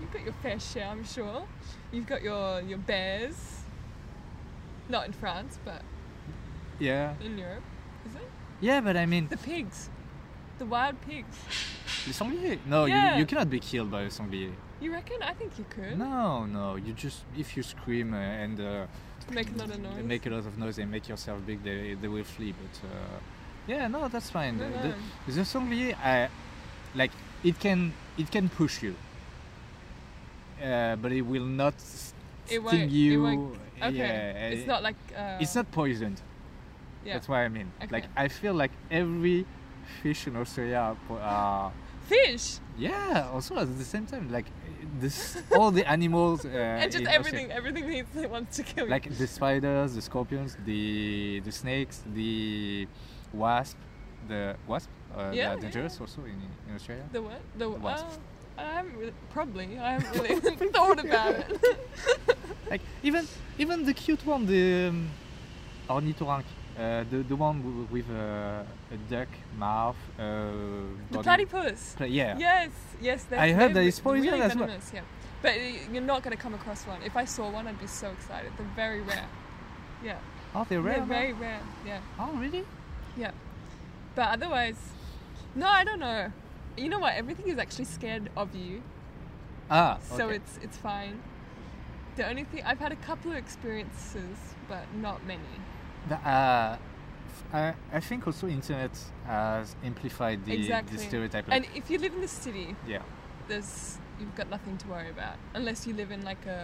[SPEAKER 3] You've got your fair share, I'm sure. You've got your your bears. Not in France, but
[SPEAKER 2] yeah.
[SPEAKER 3] in Europe, is it?
[SPEAKER 2] Yeah, but I mean,
[SPEAKER 3] The pigs, the wild pigs.
[SPEAKER 2] the sanglier. No,
[SPEAKER 3] Yeah.
[SPEAKER 2] you, you cannot be killed by a sanglier.
[SPEAKER 3] You reckon? I think you could
[SPEAKER 2] No, no. You just if you scream uh, and uh,
[SPEAKER 3] make a lot of
[SPEAKER 2] they
[SPEAKER 3] noise.
[SPEAKER 2] make a lot of noise and make yourself big, they, they will flee. But uh, yeah, no, that's fine.
[SPEAKER 3] No,
[SPEAKER 2] The-
[SPEAKER 3] no.
[SPEAKER 2] The, the sanglier, I, like it can it can push you, uh, but it will not s-
[SPEAKER 3] It
[SPEAKER 2] sting
[SPEAKER 3] won't- it
[SPEAKER 2] you.
[SPEAKER 3] won't- Okay.
[SPEAKER 2] Yeah,
[SPEAKER 3] it's
[SPEAKER 2] uh,
[SPEAKER 3] not like. Uh,
[SPEAKER 2] It's not poisoned.
[SPEAKER 3] Yeah.
[SPEAKER 2] That's what I mean. Like
[SPEAKER 3] Okay.
[SPEAKER 2] I feel like every fish in Australia are, po- are
[SPEAKER 3] Fish
[SPEAKER 2] yeah. Also at the same time, like this all the animals uh,
[SPEAKER 3] and just
[SPEAKER 2] in
[SPEAKER 3] everything,
[SPEAKER 2] Australia-
[SPEAKER 3] everything needs that wants to kill you.
[SPEAKER 2] like the spiders, the scorpions, the the snakes, the wasp, the wasp. Uh, they
[SPEAKER 3] Yeah,
[SPEAKER 2] are
[SPEAKER 3] yeah,
[SPEAKER 2] dangerous
[SPEAKER 3] yeah.
[SPEAKER 2] also in, in Australia.
[SPEAKER 3] The what? The,
[SPEAKER 2] wasp.
[SPEAKER 3] uh, I haven't really, probably. I haven't really thought about it.
[SPEAKER 2] Like even even the cute one, the um, ornithorynque, uh, the the one w- with uh, a duck mouth. Uh,
[SPEAKER 3] the
[SPEAKER 2] body-
[SPEAKER 3] platypus.
[SPEAKER 2] Pla- yeah.
[SPEAKER 3] Yes, yes. they're-
[SPEAKER 2] I heard
[SPEAKER 3] they're
[SPEAKER 2] that it's
[SPEAKER 3] re-
[SPEAKER 2] poison
[SPEAKER 3] really
[SPEAKER 2] as well.
[SPEAKER 3] venomous, Yeah. But uh, you're not going to come across one. If I saw one, I'd be so excited. They're very rare. Yeah.
[SPEAKER 2] Oh, they're rare.
[SPEAKER 3] They're
[SPEAKER 2] now?
[SPEAKER 3] very rare. Yeah.
[SPEAKER 2] Oh, really?
[SPEAKER 3] Yeah. But otherwise, no, I don't know. You know what? Everything is actually scared of you,
[SPEAKER 2] Ah.
[SPEAKER 3] so
[SPEAKER 2] okay.
[SPEAKER 3] it's it's fine. The only thing I've had a couple of experiences, but not many.
[SPEAKER 2] The, uh, f- I, I think also internet has amplified the,
[SPEAKER 3] exactly.
[SPEAKER 2] the stereotype. like-
[SPEAKER 3] And if you live in the city,
[SPEAKER 2] yeah.
[SPEAKER 3] there's you've got nothing to worry about unless you live in like a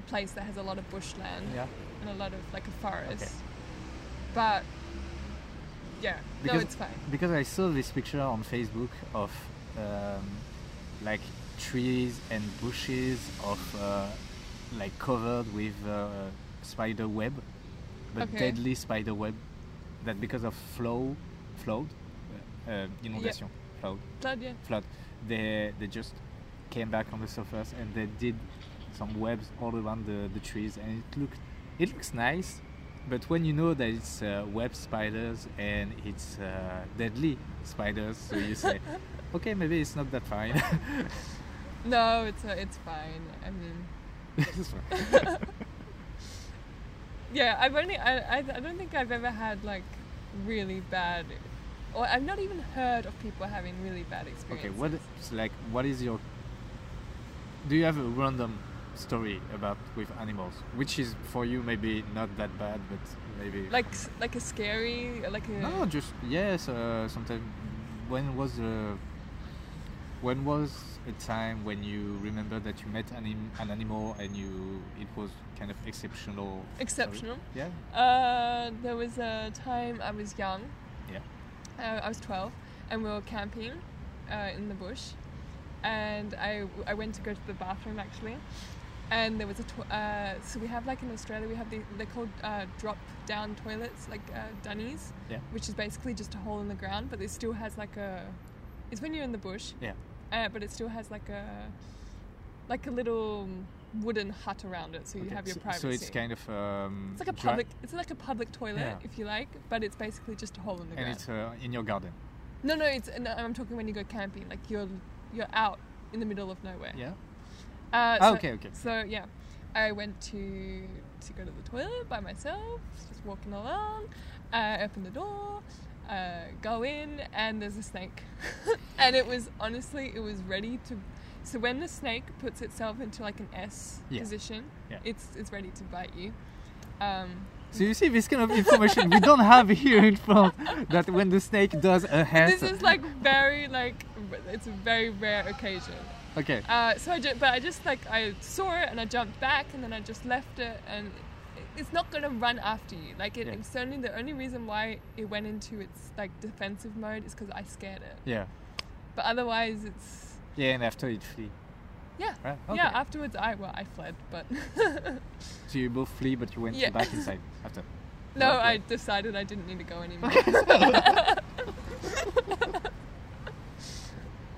[SPEAKER 3] a place that has a lot of bushland
[SPEAKER 2] Yeah.
[SPEAKER 3] and a lot of like a forest. But yeah, no,
[SPEAKER 2] Because-
[SPEAKER 3] it's fine.
[SPEAKER 2] Because I saw this picture on Facebook of um, like trees and bushes of uh, like covered with uh, spider web, but
[SPEAKER 3] Okay.
[SPEAKER 2] deadly spider web. That because of flow, flood, uh, inundation, flood,
[SPEAKER 3] Blood, yeah.
[SPEAKER 2] flood. They they just came back on the surface and they did some webs all around the, the trees and it looked it looks nice but when you know that it's uh, web spiders and it's uh, deadly spiders so you say okay maybe it's not that fine
[SPEAKER 3] No, it's uh, it's fine. I mean,
[SPEAKER 2] It's fine.
[SPEAKER 3] Yeah, I've only I, I, I don't think I've ever had like really bad, or I've not even heard of people having really bad
[SPEAKER 2] okay
[SPEAKER 3] experiences.
[SPEAKER 2] what so like what is your do you have a random story about with animals which is for you maybe not that bad but maybe
[SPEAKER 3] Like s- like a scary like a
[SPEAKER 2] No, just yes. Uh, sometimes when was the When was a time when you remember that you met an, im- an animal and you it was kind of exceptional?
[SPEAKER 3] Exceptional.
[SPEAKER 2] Yeah.
[SPEAKER 3] Uh, there was a time I was young.
[SPEAKER 2] Yeah.
[SPEAKER 3] Uh, I was 12, and we were camping uh, in the bush. And I, I went to go to the bathroom actually. And there was a to- uh, so we have like in Australia we have the they're called uh, drop down toilets like uh, dunnies,
[SPEAKER 2] Yeah.
[SPEAKER 3] which is basically just a hole in the ground, but it still has like a it's when you're in the bush,
[SPEAKER 2] Yeah.
[SPEAKER 3] uh, but it still has like a like a little wooden hut around it, so you
[SPEAKER 2] Okay.
[SPEAKER 3] have your
[SPEAKER 2] so,
[SPEAKER 3] privacy.
[SPEAKER 2] So it's kind of um,
[SPEAKER 3] It's like a
[SPEAKER 2] dry-
[SPEAKER 3] public. It's like a public toilet,
[SPEAKER 2] Yeah.
[SPEAKER 3] if you like, but it's basically just a hole in the
[SPEAKER 2] and
[SPEAKER 3] ground.
[SPEAKER 2] it's uh, in your garden.
[SPEAKER 3] no, no, it's. No, I'm talking when you go camping. Like you're, you're out in the middle of nowhere.
[SPEAKER 2] Yeah.
[SPEAKER 3] Uh,
[SPEAKER 2] Ah,
[SPEAKER 3] so-
[SPEAKER 2] okay, okay.
[SPEAKER 3] So yeah, I went to to go to the toilet by myself, just walking along. I open the door, uh, go in, and there's a snake. and it was honestly, it was ready to. So when the snake puts itself into like an S
[SPEAKER 2] Yeah.
[SPEAKER 3] position,
[SPEAKER 2] Yeah.
[SPEAKER 3] it's it's ready to bite you. Um,
[SPEAKER 2] So you see this kind of information we don't have here in France. That when the snake does a
[SPEAKER 3] this
[SPEAKER 2] hand.
[SPEAKER 3] is like very like it's a very rare occasion
[SPEAKER 2] okay.
[SPEAKER 3] uh, so i ju- but i just like i saw it and i jumped back and then i just left it and it- it's not gonna run after you like it,
[SPEAKER 2] Yeah.
[SPEAKER 3] it's only the only reason why it went into its like defensive mode is because i scared it
[SPEAKER 2] Yeah.
[SPEAKER 3] but otherwise it's
[SPEAKER 2] Yeah, and after it flee.
[SPEAKER 3] yeah
[SPEAKER 2] Right. Okay.
[SPEAKER 3] yeah afterwards i well i fled but
[SPEAKER 2] So you both flee, but you went
[SPEAKER 3] Yeah.
[SPEAKER 2] back inside after.
[SPEAKER 3] no
[SPEAKER 2] Okay.
[SPEAKER 3] i decided i didn't need to go anymore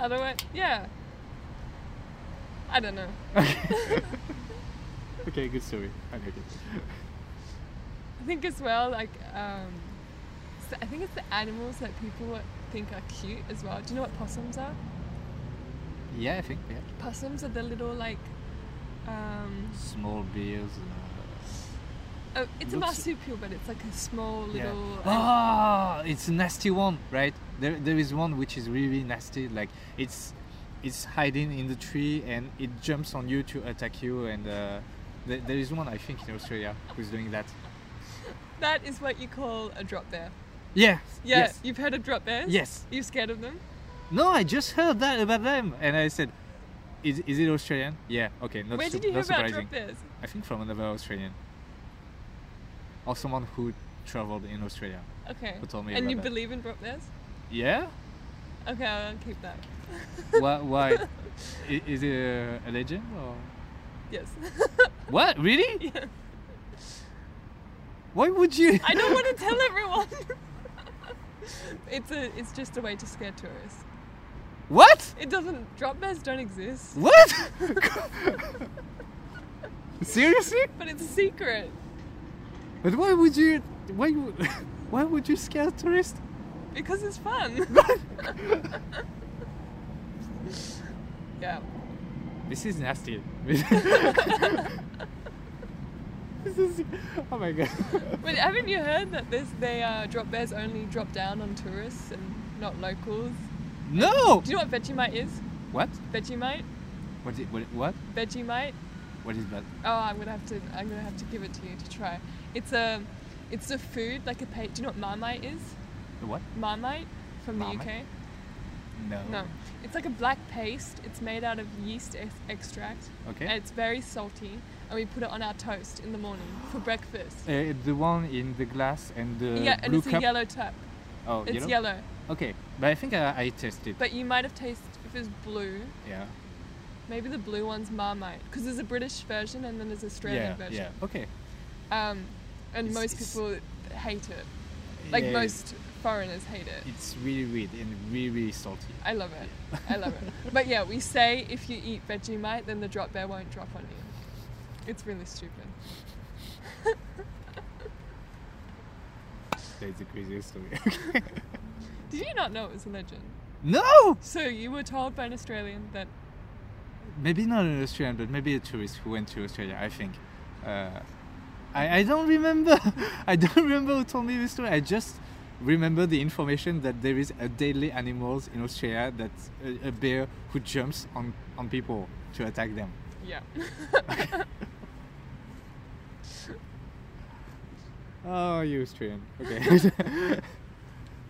[SPEAKER 3] otherwise yeah i don't know
[SPEAKER 2] Okay, good story. Okay, good.
[SPEAKER 3] I think as well, like, um, so I think it's the animals that people think are cute as well. Do you know what possums are?
[SPEAKER 2] Yeah, I think. Yeah.
[SPEAKER 3] Possums are the little like, um,
[SPEAKER 2] Small beers.
[SPEAKER 3] oh, it's a
[SPEAKER 2] Looks-
[SPEAKER 3] marsupial, but it's like a small
[SPEAKER 2] yeah.
[SPEAKER 3] little. uh,
[SPEAKER 2] Ah, it's a nasty one, right? There, there is one which is really nasty. Like it's, it's hiding in the tree and it jumps on you to attack you. And uh, th- there is one I think in Australia who's doing that.
[SPEAKER 3] that is what you call a drop bear.
[SPEAKER 2] Yeah.
[SPEAKER 3] Yeah,
[SPEAKER 2] Yes.
[SPEAKER 3] you've heard of drop bears.
[SPEAKER 2] Yes.
[SPEAKER 3] You're scared of them?
[SPEAKER 2] No, I just heard that about them, and I said, "Is, is it Australian? Yeah. Okay. Not,
[SPEAKER 3] Where
[SPEAKER 2] su-
[SPEAKER 3] did you hear
[SPEAKER 2] not
[SPEAKER 3] about
[SPEAKER 2] surprising.
[SPEAKER 3] drop bears?
[SPEAKER 2] I think from another Australian, or someone who traveled in Australia.
[SPEAKER 3] Okay.
[SPEAKER 2] Who told me
[SPEAKER 3] and
[SPEAKER 2] about
[SPEAKER 3] you
[SPEAKER 2] that?
[SPEAKER 3] believe in drop bears?
[SPEAKER 2] Yeah.
[SPEAKER 3] Okay, I'll keep that.
[SPEAKER 2] why? why? I- Is it a, a legend or
[SPEAKER 3] Yes.
[SPEAKER 2] what? Really?
[SPEAKER 3] yeah.
[SPEAKER 2] Why would you?
[SPEAKER 3] I don't want to tell everyone. it's a, it's just a way to scare tourists.
[SPEAKER 2] What?
[SPEAKER 3] It doesn't. Drop bears don't exist.
[SPEAKER 2] What? Seriously?
[SPEAKER 3] But it's a secret
[SPEAKER 2] But why would you? Why? you- Why would you scare tourists?
[SPEAKER 3] because it's fun. yeah.
[SPEAKER 2] This is nasty. this is. Oh my god.
[SPEAKER 3] But haven't you heard that this they uh, drop bears only drop down on tourists and not locals?
[SPEAKER 2] No.
[SPEAKER 3] Do you know what Vegemite is?
[SPEAKER 2] What?
[SPEAKER 3] Vegemite.
[SPEAKER 2] What? Did, what? What?
[SPEAKER 3] Vegemite.
[SPEAKER 2] What is that?
[SPEAKER 3] Oh, I'm gonna have to. I'm gonna have to give it to you to try. It's a, it's a food like a. Pa- Do you know what Marmite is?
[SPEAKER 2] What?
[SPEAKER 3] Marmite from the
[SPEAKER 2] Marmite? Oh.
[SPEAKER 3] UK.
[SPEAKER 2] No.
[SPEAKER 3] No, it's like a black paste. It's made out of yeast ex- extract.
[SPEAKER 2] Okay.
[SPEAKER 3] And it's very salty, and we put it on our toast in the morning for breakfast.
[SPEAKER 2] Uh, the one in the glass and the
[SPEAKER 3] yeah, and
[SPEAKER 2] blue
[SPEAKER 3] it's
[SPEAKER 2] cup.
[SPEAKER 3] a yellow tap.
[SPEAKER 2] Oh,
[SPEAKER 3] It's
[SPEAKER 2] yellow?
[SPEAKER 3] yellow?
[SPEAKER 2] Okay, but I think uh, I, I tested.
[SPEAKER 3] but you might have tasted if it's blue.
[SPEAKER 2] yeah.
[SPEAKER 3] Maybe the blue one's Marmite, because there's a British version and then there's Australian
[SPEAKER 2] yeah.
[SPEAKER 3] version.
[SPEAKER 2] Yeah. Okay.
[SPEAKER 3] Um, and
[SPEAKER 2] It's-
[SPEAKER 3] most
[SPEAKER 2] it's-
[SPEAKER 3] people hate it. Like
[SPEAKER 2] Yeah,
[SPEAKER 3] most foreigners hate it.
[SPEAKER 2] It's really weird and really really salty.
[SPEAKER 3] I love it. I love it. But yeah, we say if you eat Vegemite, then the drop bear won't drop on you. It's really stupid.
[SPEAKER 2] That's the craziest story.
[SPEAKER 3] Did you not know it was a legend?
[SPEAKER 2] no.
[SPEAKER 3] So you were told by an Australian that
[SPEAKER 2] Maybe not an Australian, but maybe a tourist who went to Australia. I think. Uh, I I don't remember. I don't remember who told me this story. I just remember the information that there is a deadly animals in Australia that's a, a bear who jumps on on people to attack them.
[SPEAKER 3] yeah.
[SPEAKER 2] Oh, you Austrian. Okay.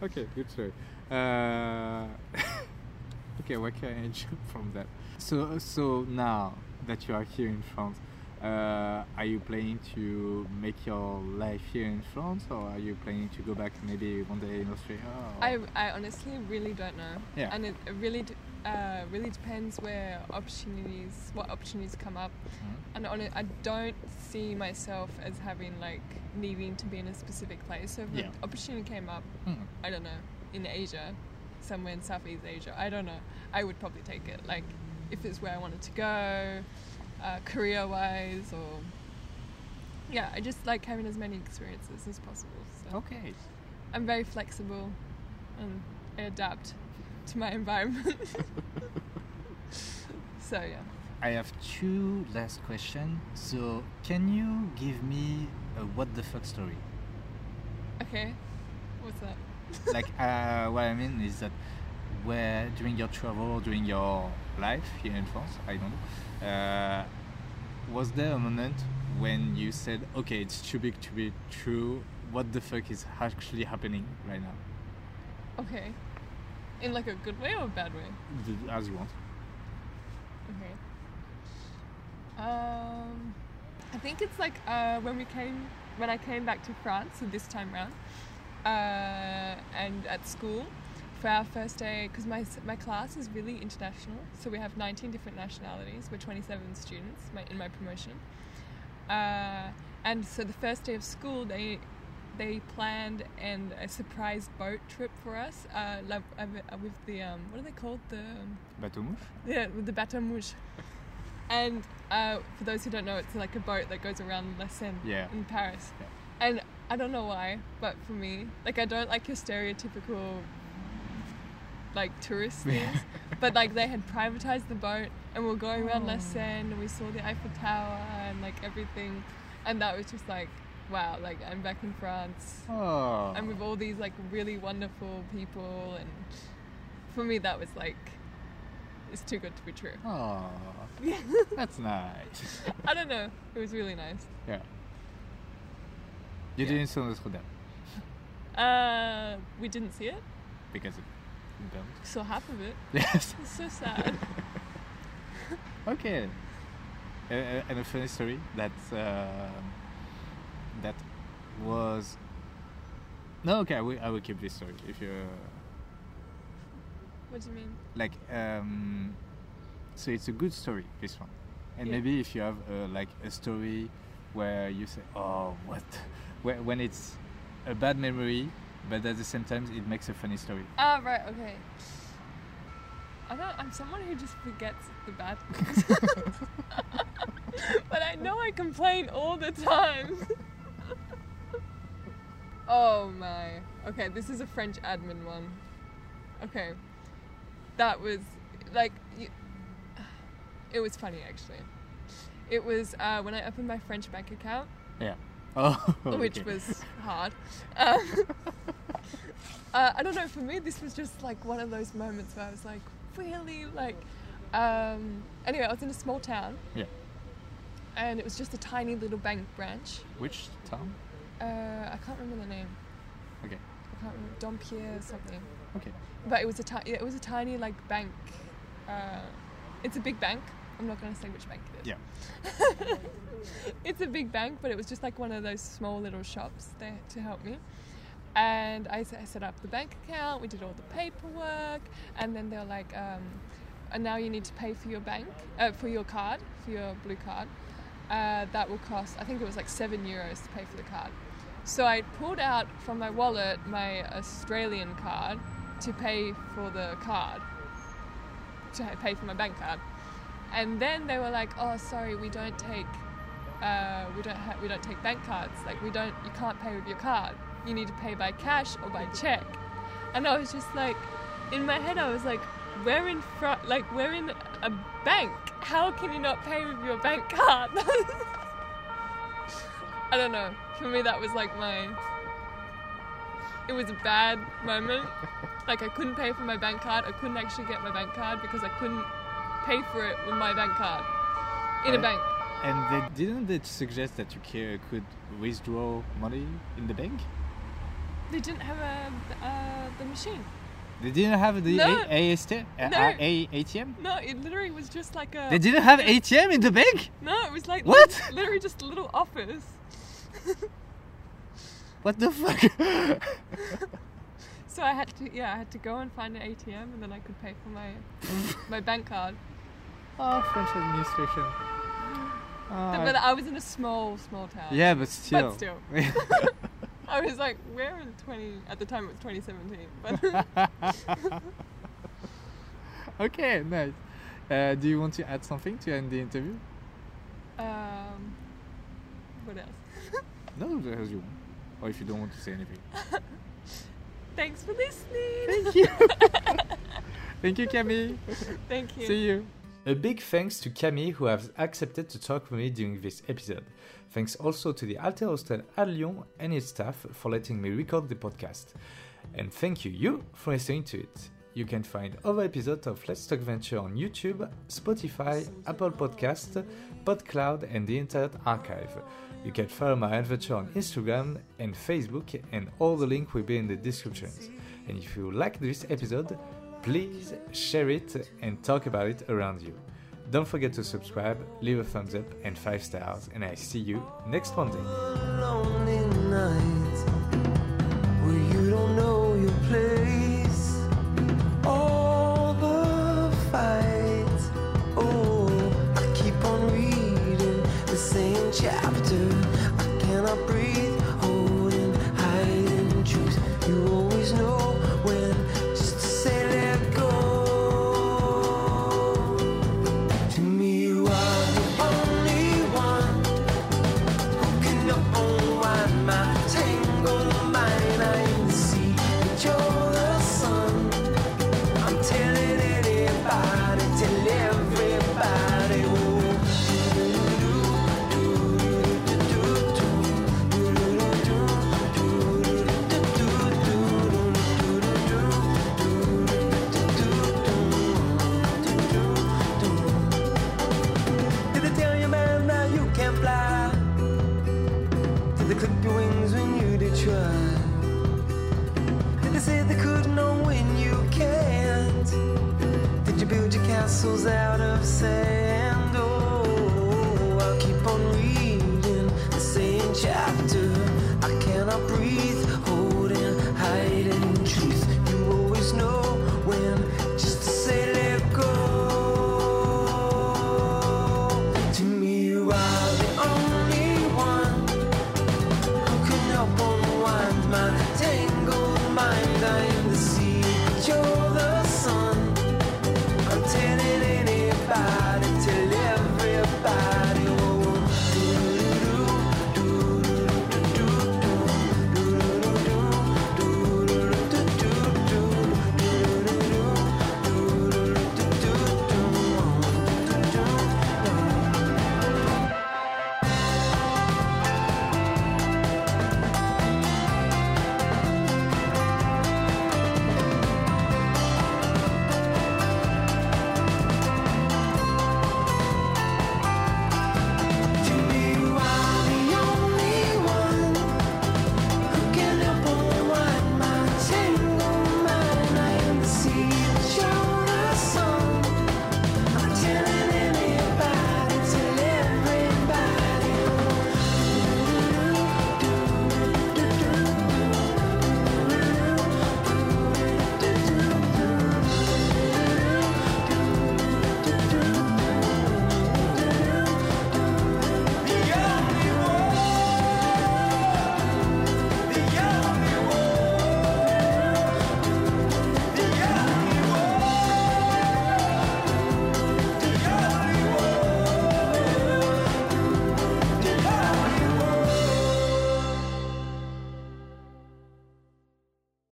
[SPEAKER 2] okay, good story. Uh, okay. okay, where can I jump from that? So, so now that you are here in France, uh, are you planning to make your life here in France, or are you planning to go back maybe one day in Australia? or-
[SPEAKER 3] I, I honestly really don't know.
[SPEAKER 2] Yeah.
[SPEAKER 3] And it it really d- uh, really depends where opportunities, what opportunities come up.
[SPEAKER 2] Mhm.
[SPEAKER 3] And on it, I don't see myself as having like needing to be in a specific place. So if
[SPEAKER 2] Yeah.
[SPEAKER 3] an opportunity came up,
[SPEAKER 2] Mhm.
[SPEAKER 3] I don't know, in Asia, somewhere in Southeast Asia, I don't know, I would probably take it. Like if it's where I wanted to go, uh, career wise, or yeah, I just like having as many experiences as possible. So.
[SPEAKER 2] Okay.
[SPEAKER 3] I'm very flexible and I adapt to my environment. so yeah.
[SPEAKER 2] I have two last questions. So, can you give me a what the fuck story?
[SPEAKER 3] Okay. What's that?
[SPEAKER 2] like, uh, what I mean is that where during your travel, during your life here in France, I don't know, uh, was there a moment when you said, okay, it's too big to be true? What the fuck is actually happening right now?
[SPEAKER 3] Okay. In like a good way or a bad way?
[SPEAKER 2] Th- As you want.
[SPEAKER 3] Okay. Um, I think it's like uh, when we came, when I came back to France so this time round, uh, and at school for our first day, because my s- my class is really international, so we have 19 different nationalities. We're 27 students my, in my promotion, uh, and so the first day of school they. They planned and a surprise boat trip for us uh, love, uh, with the um, what are they called the um,
[SPEAKER 2] Bateau mouche?
[SPEAKER 3] yeah, with the bateau mouche. And uh, for those who don't know, it's like a boat that goes around La Seine
[SPEAKER 2] Yeah.
[SPEAKER 3] in Paris.
[SPEAKER 2] Yeah.
[SPEAKER 3] And I don't know why, but for me, like I don't like your stereotypical like tourist things, but like they had privatized the boat and we were going around
[SPEAKER 2] Oh.
[SPEAKER 3] La Seine and we saw the Eiffel Tower and like everything, and that was just like wow, like I'm back in France
[SPEAKER 2] Oh.
[SPEAKER 3] and with all these like really wonderful people and for me that was like it's too good to be true
[SPEAKER 2] Oh. That's nice.
[SPEAKER 3] i don't know it was really nice
[SPEAKER 2] Yeah. You
[SPEAKER 3] Yeah.
[SPEAKER 2] didn't saw Notre Dame
[SPEAKER 3] uh we didn't see it
[SPEAKER 2] because it don't.
[SPEAKER 3] saw half of it
[SPEAKER 2] Yes.
[SPEAKER 3] it's so sad
[SPEAKER 2] Okay. Uh, uh, and a funny story that um that was. No, okay. I will, I will keep this story if you
[SPEAKER 3] what do you mean
[SPEAKER 2] like. Um, so it's a good story. This one, and
[SPEAKER 3] Yeah.
[SPEAKER 2] maybe if you have uh, like a story where you say, "Oh, what," whe- when it's a bad memory, but at the same time it makes a funny story.
[SPEAKER 3] ah right okay I don't, I'm someone who just forgets the bad things. but I know I complain all the time. oh my. Okay, this is a French admin one. Okay. That was like y- it was funny actually. It was uh, when I opened my French bank account,
[SPEAKER 2] Yeah. Oh.
[SPEAKER 3] which
[SPEAKER 2] okay.
[SPEAKER 3] was hard. Um, uh, I don't know. For me, this was just like one of those moments where I was like, really, like. Um, anyway, I was in a small town,
[SPEAKER 2] Yeah.
[SPEAKER 3] and it was just a tiny little bank branch.
[SPEAKER 2] Which town?
[SPEAKER 3] Uh, I can't remember the name.
[SPEAKER 2] Okay.
[SPEAKER 3] I can't remember Dompierre something.
[SPEAKER 2] Okay.
[SPEAKER 3] But it was a ti- it was a tiny like bank. Uh, it's a big bank. I'm not going to say which bank it is.
[SPEAKER 2] Yeah.
[SPEAKER 3] it's a big bank, but it was just like one of those small little shops there to help me. And I, s- I set up the bank account. We did all the paperwork, and then they're like, um, and now you need to pay for your bank, uh, for your card, for your blue card. Uh, that will cost. I think it was like seven euros to pay for the card. So I pulled out from my wallet my Australian card to pay for the card, to ha- pay for my bank card. And then they were like, "Oh, sorry, we don't take, uh, we don't ha- we don't take bank cards. Like we don't, you can't pay with your card. You need to pay by cash or by check." And I was just like, in my head, I was like, "We're in front, like we're in a bank. How can you not pay with your bank card?" I don't know. For me, that was like my. It was a bad moment. Like I couldn't pay for my bank card. I couldn't actually get my bank card because I couldn't pay for it with my bank card in a
[SPEAKER 2] Yeah.
[SPEAKER 3] bank.
[SPEAKER 2] And they didn't they suggest that you ca- could withdraw money in the bank?
[SPEAKER 3] They didn't have a, uh, the machine.
[SPEAKER 2] They didn't have the
[SPEAKER 3] No.
[SPEAKER 2] A- AST, uh,
[SPEAKER 3] No.
[SPEAKER 2] uh, A- ATM.
[SPEAKER 3] No, it literally was just like a.
[SPEAKER 2] They didn't have ATM in the bank.
[SPEAKER 3] No, it was like
[SPEAKER 2] What?
[SPEAKER 3] Literally just a little office.
[SPEAKER 2] What the fuck?
[SPEAKER 3] So I had to, yeah, I had to go and find an ATM, and then I could pay for my my bank card.
[SPEAKER 2] oh, French administration. Ah,
[SPEAKER 3] But I was in a small, small town.
[SPEAKER 2] yeah, but still.
[SPEAKER 3] But still, I was like, where in twenty? At the time, it was twenty seventeen. But
[SPEAKER 2] okay, nice. Uh, do you want to add something to end the interview?
[SPEAKER 3] um, what else?
[SPEAKER 2] No, as you want. Or if you don't want to say anything.
[SPEAKER 3] Thanks for listening.
[SPEAKER 2] Thank you. Thank you, Camille.
[SPEAKER 3] Thank you.
[SPEAKER 2] See you.
[SPEAKER 1] A big thanks to Camille who has accepted to talk with me during this episode. Thanks also to the Alter Hostel at Lyon and its staff for letting me record the podcast. And thank you, you, for listening to it. You can find other episodes of Let's Talk Venture on YouTube, Spotify, Apple Podcast, PodCloud, and the Internet Archive. You can follow my adventure on Instagram and Facebook, and all the links will be in the descriptions. And if you like this episode, please share it and talk about it around you. Don't forget to subscribe, leave a thumbs up and five stars, and I see you next Monday.
[SPEAKER 4] lonely night. oh,